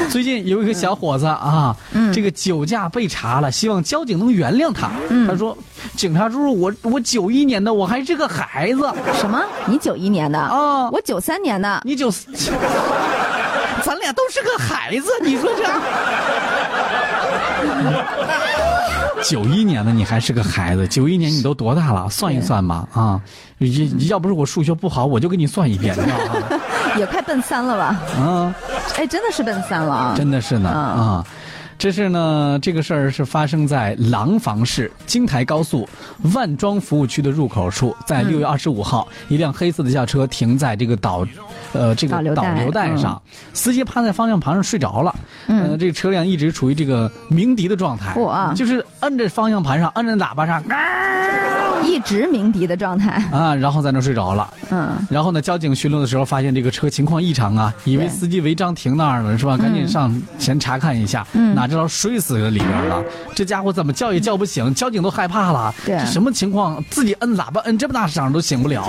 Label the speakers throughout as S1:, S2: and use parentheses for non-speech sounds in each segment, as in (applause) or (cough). S1: (laughs) 最近有一个小伙子啊，这个酒驾被查了，希望交警能原谅他。他说：“警察叔叔，我我九一年的，我还是个孩子。
S2: 什么？你九一年的
S1: 啊
S2: 我九三年的，
S1: 你九， (laughs) 咱俩都是个孩子，你说这。” (laughs) 九一年的你还是个孩子，九一年你都多大了？算一算吧，啊，要要不是我数学不好，我就给你算一遍啊，
S2: 也快奔三了吧？
S1: 啊。
S2: 哎，真的是奔三了啊！
S1: 真的是呢
S2: 嗯
S1: 啊。这是呢，这个事儿是发生在廊坊市京台高速万庄服务区的入口处，在
S2: 嗯
S1: 六月二十五号，一辆黑色的轿车停在这个导，呃，这
S2: 导
S1: 个
S2: 流带
S1: 导流带上，司机趴在方向盘上睡着了，
S2: 嗯啊
S1: 呃，这个车辆一直处于这个鸣笛的状态，
S2: 哇
S1: 就是摁着方向盘上，摁着喇叭上，
S2: 一直鸣笛的状态。
S1: 啊，然后在那睡着了。
S2: 嗯，
S1: (laughs) 然后呢，交警巡逻的时候发现这个车情况异常啊，以为
S2: 对
S1: 司机违章停那儿了是吧？赶紧上前查看一下，
S2: 嗯
S1: 哪知道摔死了里边了。这家伙怎么叫也叫不醒，交警都害怕了。
S2: 对
S1: 这什么情况？自己摁喇叭摁这么大响都醒不
S2: (laughs)
S1: 了，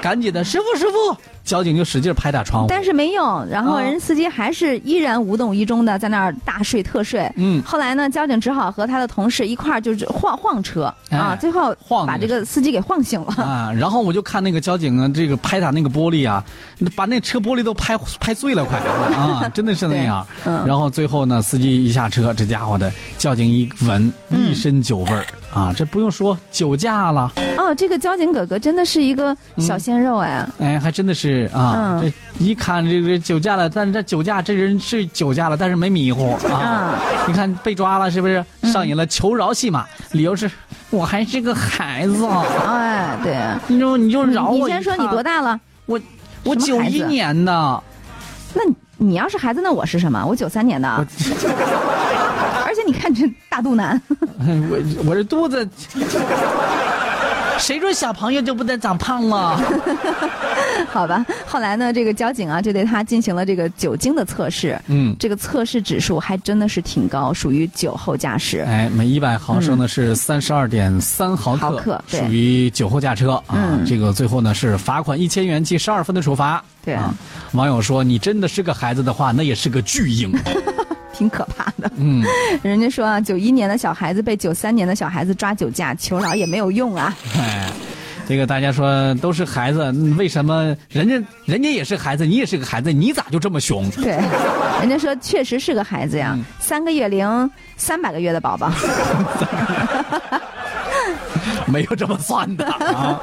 S1: 赶紧的，师傅师傅！交警就使劲拍打窗户。
S2: 但是没用，然后
S1: 啊
S2: 人司机还是依然无动于衷的在那儿大睡特睡。
S1: 嗯
S2: 后来呢，交警只好和他的同事一块儿就是晃晃车啊
S1: 哎，
S2: 最后
S1: 晃
S2: 把
S1: 那个
S2: 这个司机给晃醒 (laughs) 了。
S1: 啊，然后我就看那个交警啊，这个拍打那个玻璃啊，把那车玻璃都拍拍碎了，快
S2: (laughs)
S1: 啊，真的是那样。
S2: 对嗯
S1: 然后最后呢，司机一下车，这家伙的交警一闻，
S2: 嗯
S1: 一身酒味儿、啊，这不用说，酒驾了，
S2: 哦，这个交警哥哥真的是一个
S1: 嗯
S2: 小鲜肉哎，
S1: 哎，还真的是啊，
S2: 嗯
S1: 这一看这个酒驾了，但是这酒驾这人是酒驾了，但是没迷糊
S2: 嗯
S1: 啊，你看被抓了是不是上演了求饶戏码？理由是我还是个孩子，啊
S2: 哎，对，
S1: 你就你就饶我
S2: 你
S1: 一
S2: 先说你
S1: 趟
S2: 多大了？
S1: 我我
S2: 什么
S1: 九
S2: 孩子啊
S1: 一年的，
S2: 那你你要是孩子，那我是什么？我九三年的啊， (laughs) 而且你看这大肚腩， (laughs)
S1: 我我这肚子，谁说小朋友就不能长胖了？
S2: 好吧。后来呢，这个交警啊就对他进行了这个酒精的测试，
S1: 嗯，
S2: 这个测试指数还真的是挺高，属于酒后驾驶。
S1: 哎，每一百毫升呢是三十二点三嗯毫
S2: 毫
S1: 克，
S2: 克对
S1: 属于酒后驾车啊
S2: 嗯。
S1: 这个最后呢是罚款一千元记十二分的处罚。
S2: 对
S1: 啊，网友说你真的是个孩子的话，那也是个巨婴。 (laughs)
S2: 挺可怕的。
S1: 嗯，
S2: 人家说啊，九一年的小孩子被九三年的小孩子抓酒驾，求饶也没有用
S1: (laughs)
S2: 啊。
S1: 哎。这个大家说都是孩子，嗯为什么人家人家也是孩子，你也是个孩子，你咋就这么凶？
S2: 对，人家说确实是个孩子
S1: 嗯
S2: 呀，三个月零三百个月的宝宝。 (laughs)
S1: (laughs) 没有这么算的啊。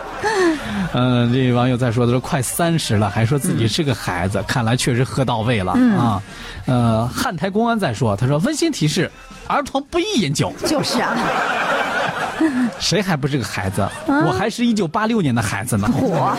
S1: 嗯、这位网友在说的说快三十了，还说自己是个孩子，看来确实喝到位了、啊。呃，汉台公安在说，他说温馨提示。儿童不宜饮酒，
S2: 就是啊，
S1: 啊谁还不是个孩子？我还是一九八六年的孩子呢。
S2: 火。